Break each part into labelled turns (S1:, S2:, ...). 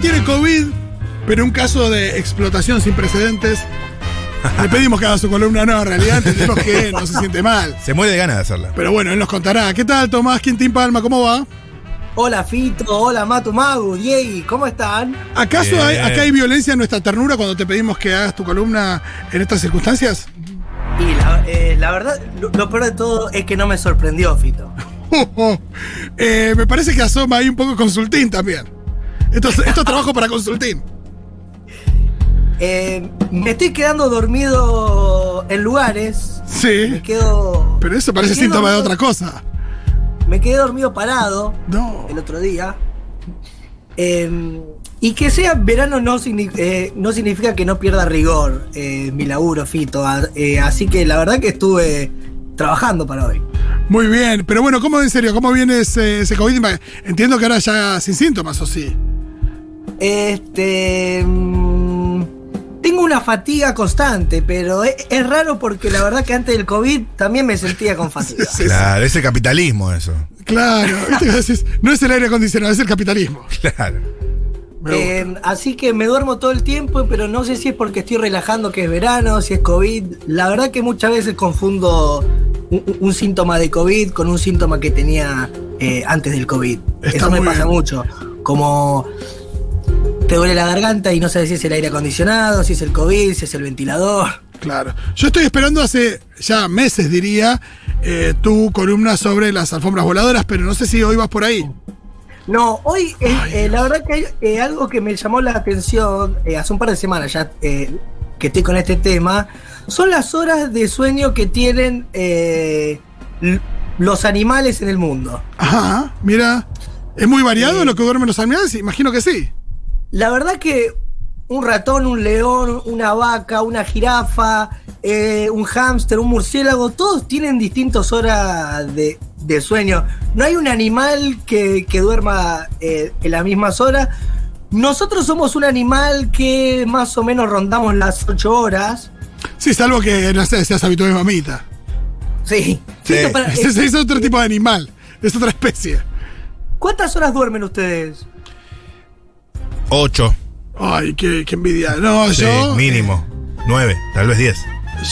S1: de COVID, pero un caso de explotación sin precedentes. Le pedimos que haga su columna, no, en realidad entendemos que no se siente mal.
S2: Se muere de ganas de hacerla.
S1: Pero bueno, él nos contará. ¿Qué tal, Tomás Quintín Palma? ¿Cómo va?
S3: Hola Fito, hola Matu Magu, Diego, ¿cómo están?
S1: ¿Acaso hay,
S2: Bien.
S1: acá hay violencia en nuestra ternura cuando te pedimos que hagas tu columna en estas circunstancias?
S3: Y la, eh, la verdad, lo, lo peor de todo es que no me sorprendió, Fito.
S1: Eh, me parece que asoma ahí un poco consultín también. Esto es, esto es trabajo para consultín.
S3: Eh, me estoy quedando dormido en lugares.
S1: Sí.
S3: Me quedo.
S1: Pero eso
S3: me
S1: parece
S3: quedé
S1: síntoma de
S3: dormido-
S1: otra cosa.
S3: Me quedé dormido parado
S1: No.
S3: el otro día. Eh, y que sea verano no, signi- eh, no significa que no pierda rigor eh, mi laburo, Fito. A- eh, así que la verdad que estuve trabajando para hoy.
S1: Muy bien. Pero bueno, ¿cómo en serio? ¿Cómo viene ese, ese COVID? Entiendo que ahora ya sin síntomas, ¿o sí?
S3: Este. mm, Tengo una fatiga constante, pero es, es raro porque la verdad que antes del COVID también me sentía con fatiga.
S1: Sí, sí.
S2: Claro, ese capitalismo eso.
S1: Claro. Viste que decís, no es el aire acondicionado, es el capitalismo.
S2: Claro.
S1: Me gusta.
S3: Eh, así que me duermo todo el tiempo, pero no sé si es porque estoy relajando que es verano, si es COVID. La verdad que muchas veces confundo un, un- un síntoma de COVID con un síntoma que tenía eh, antes del COVID.
S1: Está
S3: Eso me
S1: muy
S3: pasa
S1: bien.
S3: mucho. Como te duele la garganta y no sabes si es el aire acondicionado, si es el COVID, si es el ventilador.
S1: Claro. Yo estoy esperando hace ya meses, diría, eh, tu columna sobre las alfombras voladoras, pero no sé si hoy vas por ahí.
S3: No, hoy eh, eh, la verdad que hay eh, algo que me llamó la atención eh, hace un par de semanas ya eh, que estoy con este tema, son las horas de sueño que tienen eh, l- los animales en el mundo.
S1: Ajá, mira. ¿Es muy variado lo que duermen los animales? Imagino que sí.
S3: La verdad que un ratón, un león, una vaca, una jirafa, eh, un hámster, un murciélago, todos tienen distintas horas de, de sueño. No hay un animal que, que duerma eh, en las mismas horas. Nosotros somos un animal que más o menos rondamos las 8 horas.
S1: Sí, salvo que, no sé, seas habitual de mamita.
S3: Sí.
S2: Sí.
S3: Esto para-
S1: Ese,
S3: eh,
S1: ese es otro tipo de animal, es otra especie.
S3: ¿Cuántas horas duermen ustedes?
S2: Ocho.
S1: Ay, qué, qué envidia. No,
S2: Sí,
S1: yo. eh,
S2: mínimo. Nueve, tal vez diez.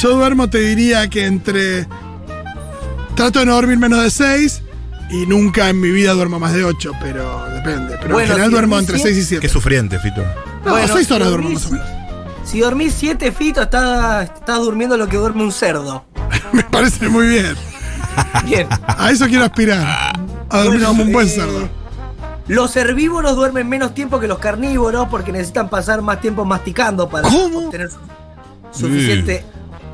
S1: Yo duermo, te diría que entre. Trato de no dormir menos de 6 y nunca en mi vida duermo más de 8, pero depende. Pero en
S3: Bueno,
S1: general
S3: si
S1: duermo
S3: dormís
S1: entre
S3: siete-
S1: 6 y 7.
S2: Qué sufriente, Fito.
S1: No,
S3: Bueno,
S1: seis horas
S3: si
S1: duermo más o
S3: dormís-
S1: menos.
S3: Si dormís 7 fitos, estás, estás durmiendo lo que duerme un cerdo.
S1: Me parece muy bien.
S3: Bien.
S1: A eso quiero aspirar. A dormir
S3: Bueno,
S1: como un buen
S3: eh,
S1: cerdo.
S3: Los herbívoros duermen menos tiempo que los carnívoros porque necesitan pasar más tiempo masticando para
S1: ¿Cómo?
S3: obtener su- suficiente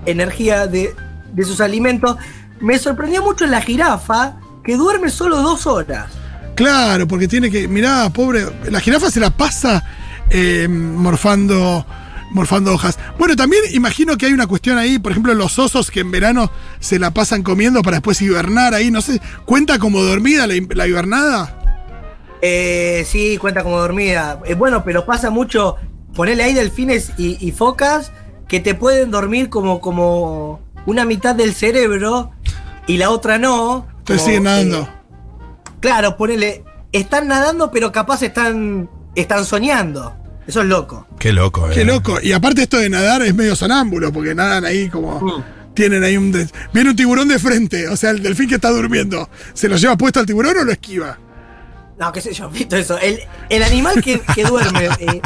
S3: energía de, de sus alimentos. Me sorprendió mucho la jirafa que duerme solo dos horas.
S1: Claro, porque tiene que. Mirá, pobre. La jirafa se la pasa eh, morfando. Morfando hojas. Bueno, también imagino que hay una cuestión ahí, por ejemplo, los osos que en verano se la pasan comiendo para después hibernar ahí, no sé, ¿cuenta como dormida la, la hibernada?
S3: Eh, sí, cuenta como dormida. Eh, bueno, pero pasa mucho. Ponele ahí delfines y, y focas que te pueden dormir como, como una mitad del cerebro y la otra no.
S1: Entonces
S3: como,
S1: siguen nadando.
S3: eh, Claro, ponele. Están nadando, pero capaz están, están soñando. Eso es loco.
S2: Qué loco, eh.
S1: Qué loco. Y aparte esto de nadar es medio sonámbulo, porque nadan ahí como... Tienen ahí un... des- Viene un tiburón de frente, o sea, el delfín que está durmiendo. ¿Se lo lleva puesto al tiburón o lo esquiva?
S3: No, qué sé yo, visto eso. El, el animal que, que duerme. eh,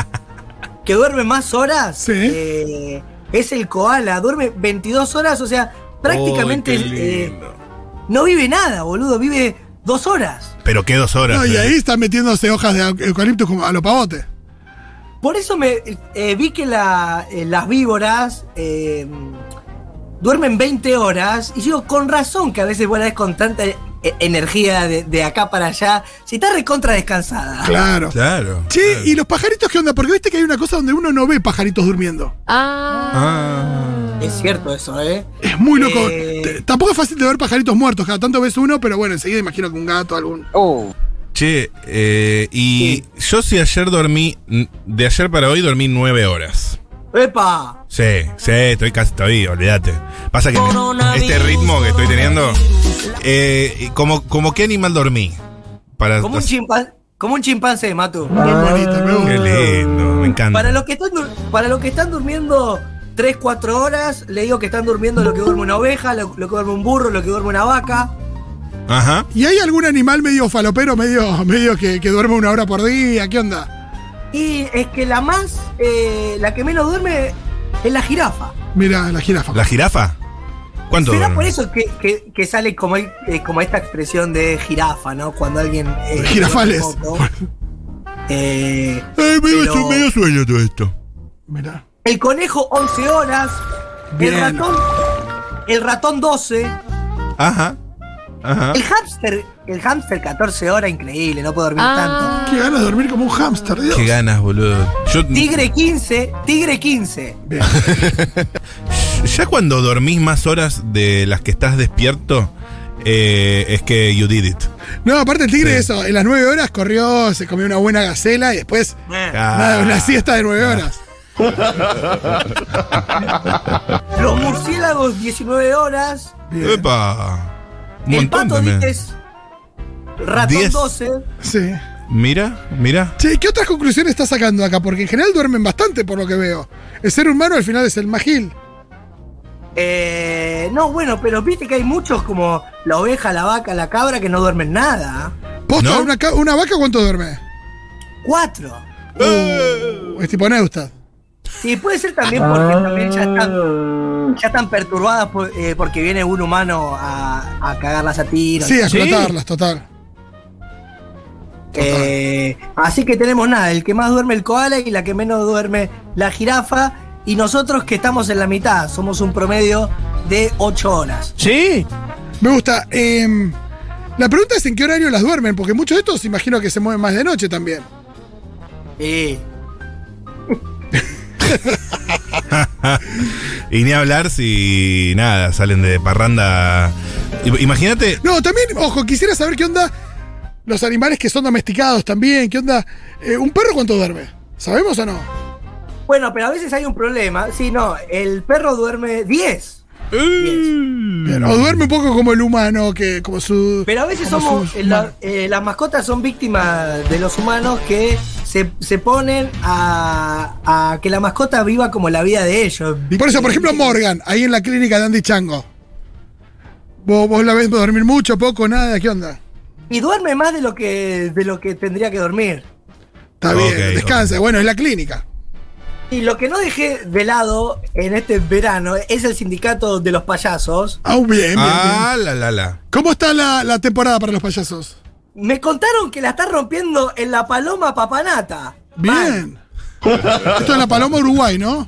S3: que duerme más horas.
S1: Sí.
S3: eh, es el koala. Duerme 22 horas, o sea, prácticamente.
S2: Ay, qué
S3: eh,
S2: lindo.
S3: no vive nada, boludo. Vive dos horas.
S2: Pero qué dos horas.
S1: No, y
S2: eh.
S1: ahí están metiéndose hojas de eucalipto como a los pavotes.
S3: Por eso me eh, vi que la- eh, las víboras eh, duermen 20 horas. Y digo, con razón que a veces vos la ves con tanta eh, energía de, de acá para allá. Si está recontra descansada.
S1: Claro.
S2: Claro.
S1: Che,
S2: claro.
S1: ¿y los pajaritos qué onda? Porque viste que hay una cosa donde uno no ve pajaritos durmiendo.
S2: 啊
S4: Ah.
S3: Es cierto eso, ¿eh?
S1: Es muy loco.
S3: Eh.
S1: Te- Tampoco es fácil de ver pajaritos muertos. Cada tanto ves uno, pero bueno, enseguida imagino que un gato, algún.
S2: Che, eh, y yo si ayer dormí, de ayer para hoy dormí nueve horas.
S3: ¡Epa!
S2: Sí, sí, estoy casi estoy, olvídate. Pasa que me- este ritmo que estoy teniendo, eh, como, como qué animal dormí. Para
S3: Como un, chimpan- Como un chimpancé, Matu.
S1: Muy bonito, me gusta.
S2: Qué lindo, me encanta.
S3: Para los que están, dur- para los que están durmiendo 3, 4 horas, le digo que están durmiendo lo que duerme una oveja, lo, lo que duerme un burro, lo que duerme una vaca.
S2: Ajá.
S1: ¿Y hay algún animal medio falopero, medio, medio que, que duerme una hora por día? ¿Qué onda?
S3: Y es que la más, eh, la que menos duerme es la jirafa.
S1: Mira, la jirafa.
S2: ¿La jirafa? ¿Cuánto?
S3: Será
S2: duerme?
S3: por eso que, que- que sale como, el- eh, como esta expresión de jirafa, ¿no? Cuando alguien. eh,
S1: Jirafales.
S3: duerme poco. Eh,
S2: Eh, medio,
S3: Pero-
S2: su- medio sueño todo esto.
S1: Mirá.
S3: el conejo 11 horas. El
S1: Bien.
S3: ratón. El ratón 12.
S2: Ajá. Ajá.
S3: El hámster. El hámster 14 horas, increíble, no puedo dormir
S4: Ah.
S1: Qué ganas de dormir como un hámster, Dios.
S2: Qué ganas, boludo. Yo,
S3: tanto. Tigre 15. Tigre 15.
S1: Bien.
S2: ya cuando dormís más horas de las que estás despierto, eh, es que you did it.
S1: No, aparte el tigre,
S2: Sí.
S1: eso, en las nueve horas corrió, se comió una buena gacela y después
S2: Ah.
S1: nada, una siesta de nueve horas.
S3: Los murciélagos 19 horas.
S1: Bien.
S2: Ah. Epa. Un
S3: El
S2: montón
S3: pato
S2: también.
S3: dices. Ratón
S2: Diez.
S3: 12.
S1: Sí.
S2: Mira, mira.
S1: Che, ¿qué otras conclusiones estás sacando acá? Porque en general duermen bastante por lo que veo. El ser humano al final es el magil.
S3: Eh, no, bueno, pero viste que hay muchos como la oveja, la vaca, la cabra que no duermen nada.
S1: Posta,
S2: ¿No?
S1: una, ca- una vaca cuánto duerme?
S3: Cuatro.
S1: Es tipo Neustad.
S3: Y puede ser también porque también ya están, ya están perturbadas por- eh, porque viene un humano a, a cagarlas a tiros.
S1: Sí, a
S5: Sí.
S1: explotarlas, total.
S3: Eh, así que tenemos nada, el que más duerme el koala y la que menos duerme la jirafa. Y nosotros que estamos en la mitad, somos un promedio de ocho horas.
S5: Sí.
S1: Me gusta. em, la pregunta es en qué horario las duermen, porque muchos de estos imagino que se mueven más de noche también.
S3: Sí.
S2: Y ni hablar si nada, salen de parranda. I- Imagínate.
S1: No, también, ojo, quisiera saber qué onda los animales que son domesticados también, qué onda. eh, ¿Un perro cuánto duerme? ¿Sabemos o no?
S3: Bueno, pero a veces hay un problema. Sí, no, el perro duerme 10.
S2: Uh.
S1: Bien, o duerme un poco como el humano, que como su.
S3: Pero a veces
S1: como
S3: somos.
S1: sus
S3: eh, la-
S1: humanos.
S3: eh, las mascotas son víctimas de los humanos que se, se ponen a, a que la mascota viva como la vida de ellos.
S1: Por eso, por ejemplo, Morgan, ahí en la clínica de Andy Chango. ¿Vos, vos la ves dormir mucho, poco, nada? ¿Qué onda?
S3: Y duerme más de lo que, de lo que tendría que dormir.
S1: Está bien,
S2: Ok,
S1: descansa. Bueno, es la clínica.
S3: Y lo que no dejé de lado en este verano es el sindicato de los payasos.
S1: Ah, bien, bien, bien.
S2: Ah, la, la, la.
S1: ¿Cómo está la, la temporada para los payasos?
S3: Me contaron que la está rompiendo en la paloma papanata.
S1: Bien. Esto es la Paloma Uruguay, ¿no?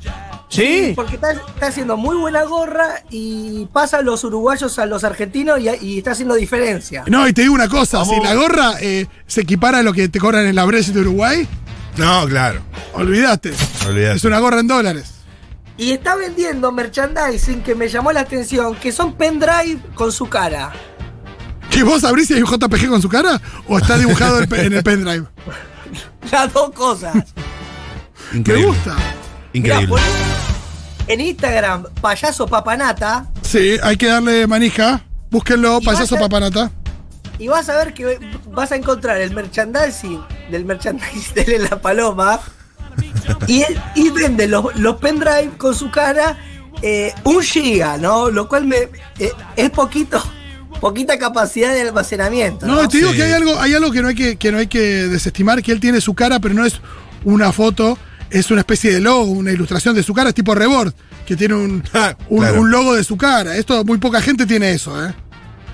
S5: Sí.
S3: Porque está, está haciendo muy buena gorra y pasa a los uruguayos a los argentinos y, y está haciendo diferencia.
S1: No, y te digo una cosa, si la gorra eh, se equipara a lo que te cobran en la Brexit de Uruguay,
S2: No, claro.
S1: olvídate.
S2: Olvídate.
S1: Es una gorra en dólares.
S3: Y está vendiendo merchandising que me llamó la atención, que son pendrive con su cara.
S1: ¿Que vos abrís si hay un JPG con su cara o está dibujado el pe- en el pendrive?
S3: Las dos cosas.
S1: Me
S2: Increíble.
S1: gusta. pues,
S3: Mirá,
S2: Increíble.
S3: poné en Instagram, payaso papanata,
S1: Sí, hay que darle manija. Búsquenlo,
S3: Y va a
S1: payaso
S3: ser-
S1: papanata.
S3: y vas a ver que vas a encontrar el merchandising del merchandising de la paloma. Y, él- y vende los, los pendrive con su cara eh, un giga, ¿no? Lo cual me, eh, es poquito, poquita capacidad de almacenamiento. ¿no?
S1: No, te digo
S2: Sí.
S1: que hay algo, hay algo que no hay que, que no hay que desestimar, que él tiene su cara, pero no es una foto, es una especie de logo, una ilustración de su cara, es tipo Rebord, que tiene un,
S2: Ah,
S1: un-
S2: claro.
S1: un logo de su cara. Esto muy poca gente tiene eso, ¿eh?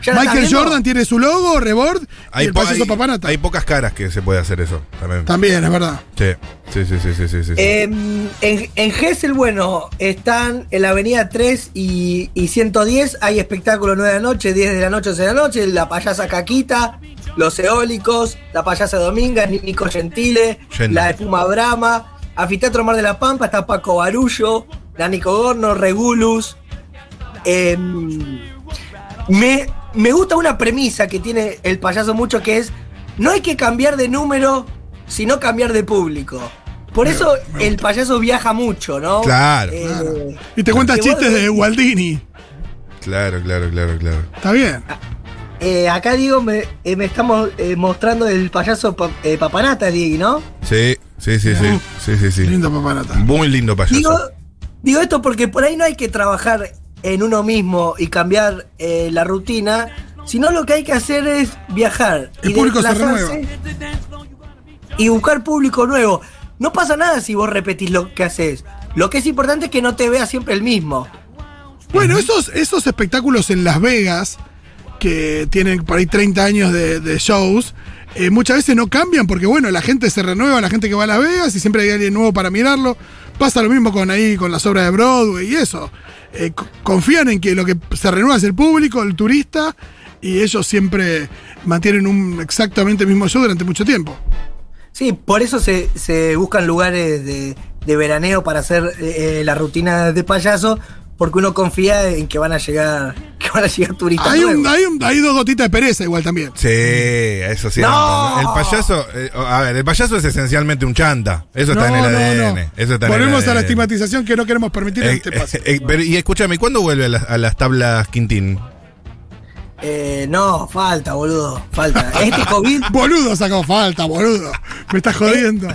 S3: ¿Ya la
S1: Michael
S3: estás viendo?
S1: Jordan tiene su logo, Rebord, y
S2: Hay,
S1: el
S2: po-
S1: payaso
S2: hay-
S1: papanata.
S2: hay pocas caras que se puede hacer eso también.
S1: También, es verdad.
S2: Sí, sí, sí, sí, sí, sí, sí.
S3: Eh, en, en Gesell, bueno, están en la avenida 3 y, y 110. Hay espectáculo 9 de la noche, 10 de la noche, 11 de la noche. La payasa Caquita, los eólicos, la payasa Dominga, Nico Gentile,
S2: Gentile.
S3: la espuma Brahma. Anfiteatro Mar de la Pampa está Paco Barullo, la Nico Gorno, Regulus. Eh, me, me gusta una premisa que tiene el payaso mucho que es no hay que cambiar de número, sino cambiar de público. Por eso el payaso viaja mucho, ¿no?
S2: Claro,
S3: Eh,
S1: claro. Y te cuentas
S3: Que vos-
S1: chistes de Waldini.
S2: Claro, claro, claro, claro.
S1: Está bien.
S3: Eh, acá Diego me, eh, me estamos eh, mostrando el payaso pa- eh, papanata, Diego, ¿no?
S2: Sí, sí, sí, sí. Sí, sí, sí.
S1: Lindo paparata.
S2: Muy lindo
S3: Digo,
S2: payaso.
S3: digo esto porque por ahí no hay que trabajar en uno mismo y cambiar eh, la rutina, sino lo que hay que hacer es viajar
S1: El
S3: y
S1: público se
S3: desplazarse y buscar público nuevo. No pasa nada si vos repetís lo que haces. Lo que es importante es que no te veas siempre el mismo.
S1: Bueno, esos, esos espectáculos en Las Vegas, que tienen por ahí 30 años de, de shows, eh, muchas veces no cambian porque, bueno, la gente se renueva, la gente que va a Las Vegas y siempre hay alguien nuevo para mirarlo. Pasa lo mismo con ahí, con las obras de Broadway y eso. Eh, co- confían en que lo que se renueva es el público, el turista, y ellos siempre mantienen un exactamente el mismo show durante mucho tiempo.
S3: Sí, por eso se, se buscan lugares de, de veraneo para hacer eh, la rutina de payaso, porque uno confía en que van a llegar, que van a llegar turistas.
S1: Hay, un-
S3: nuevos.
S1: hay un- hay dos gotitas de pereza igual también.
S2: Sí, eso sí.
S3: ¡No!
S2: El payaso, eh, a ver, el payaso es esencialmente un chanta. Eso está en el ADN. Eso está en el
S1: Volvemos a la
S2: ADN.
S1: estigmatización que no queremos permitir en
S2: Eh,
S1: este paso.
S2: eh, eh, pero, y escúchame, ¿cuándo vuelve a las, a las tablas Quintín?
S3: Eh, no, falta, boludo, falta. Este COVID,
S1: Boludo sacó falta, boludo. Me estás jodiendo.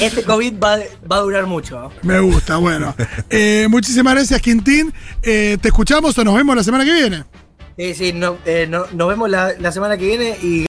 S3: este COVID va, va a durar mucho.
S1: Me gusta, bueno. Eh, muchísimas gracias, Quintín. Eh, te escuchamos o nos vemos la semana que viene.
S3: Sí, sí, no, eh, no- nos vemos la, la semana que viene y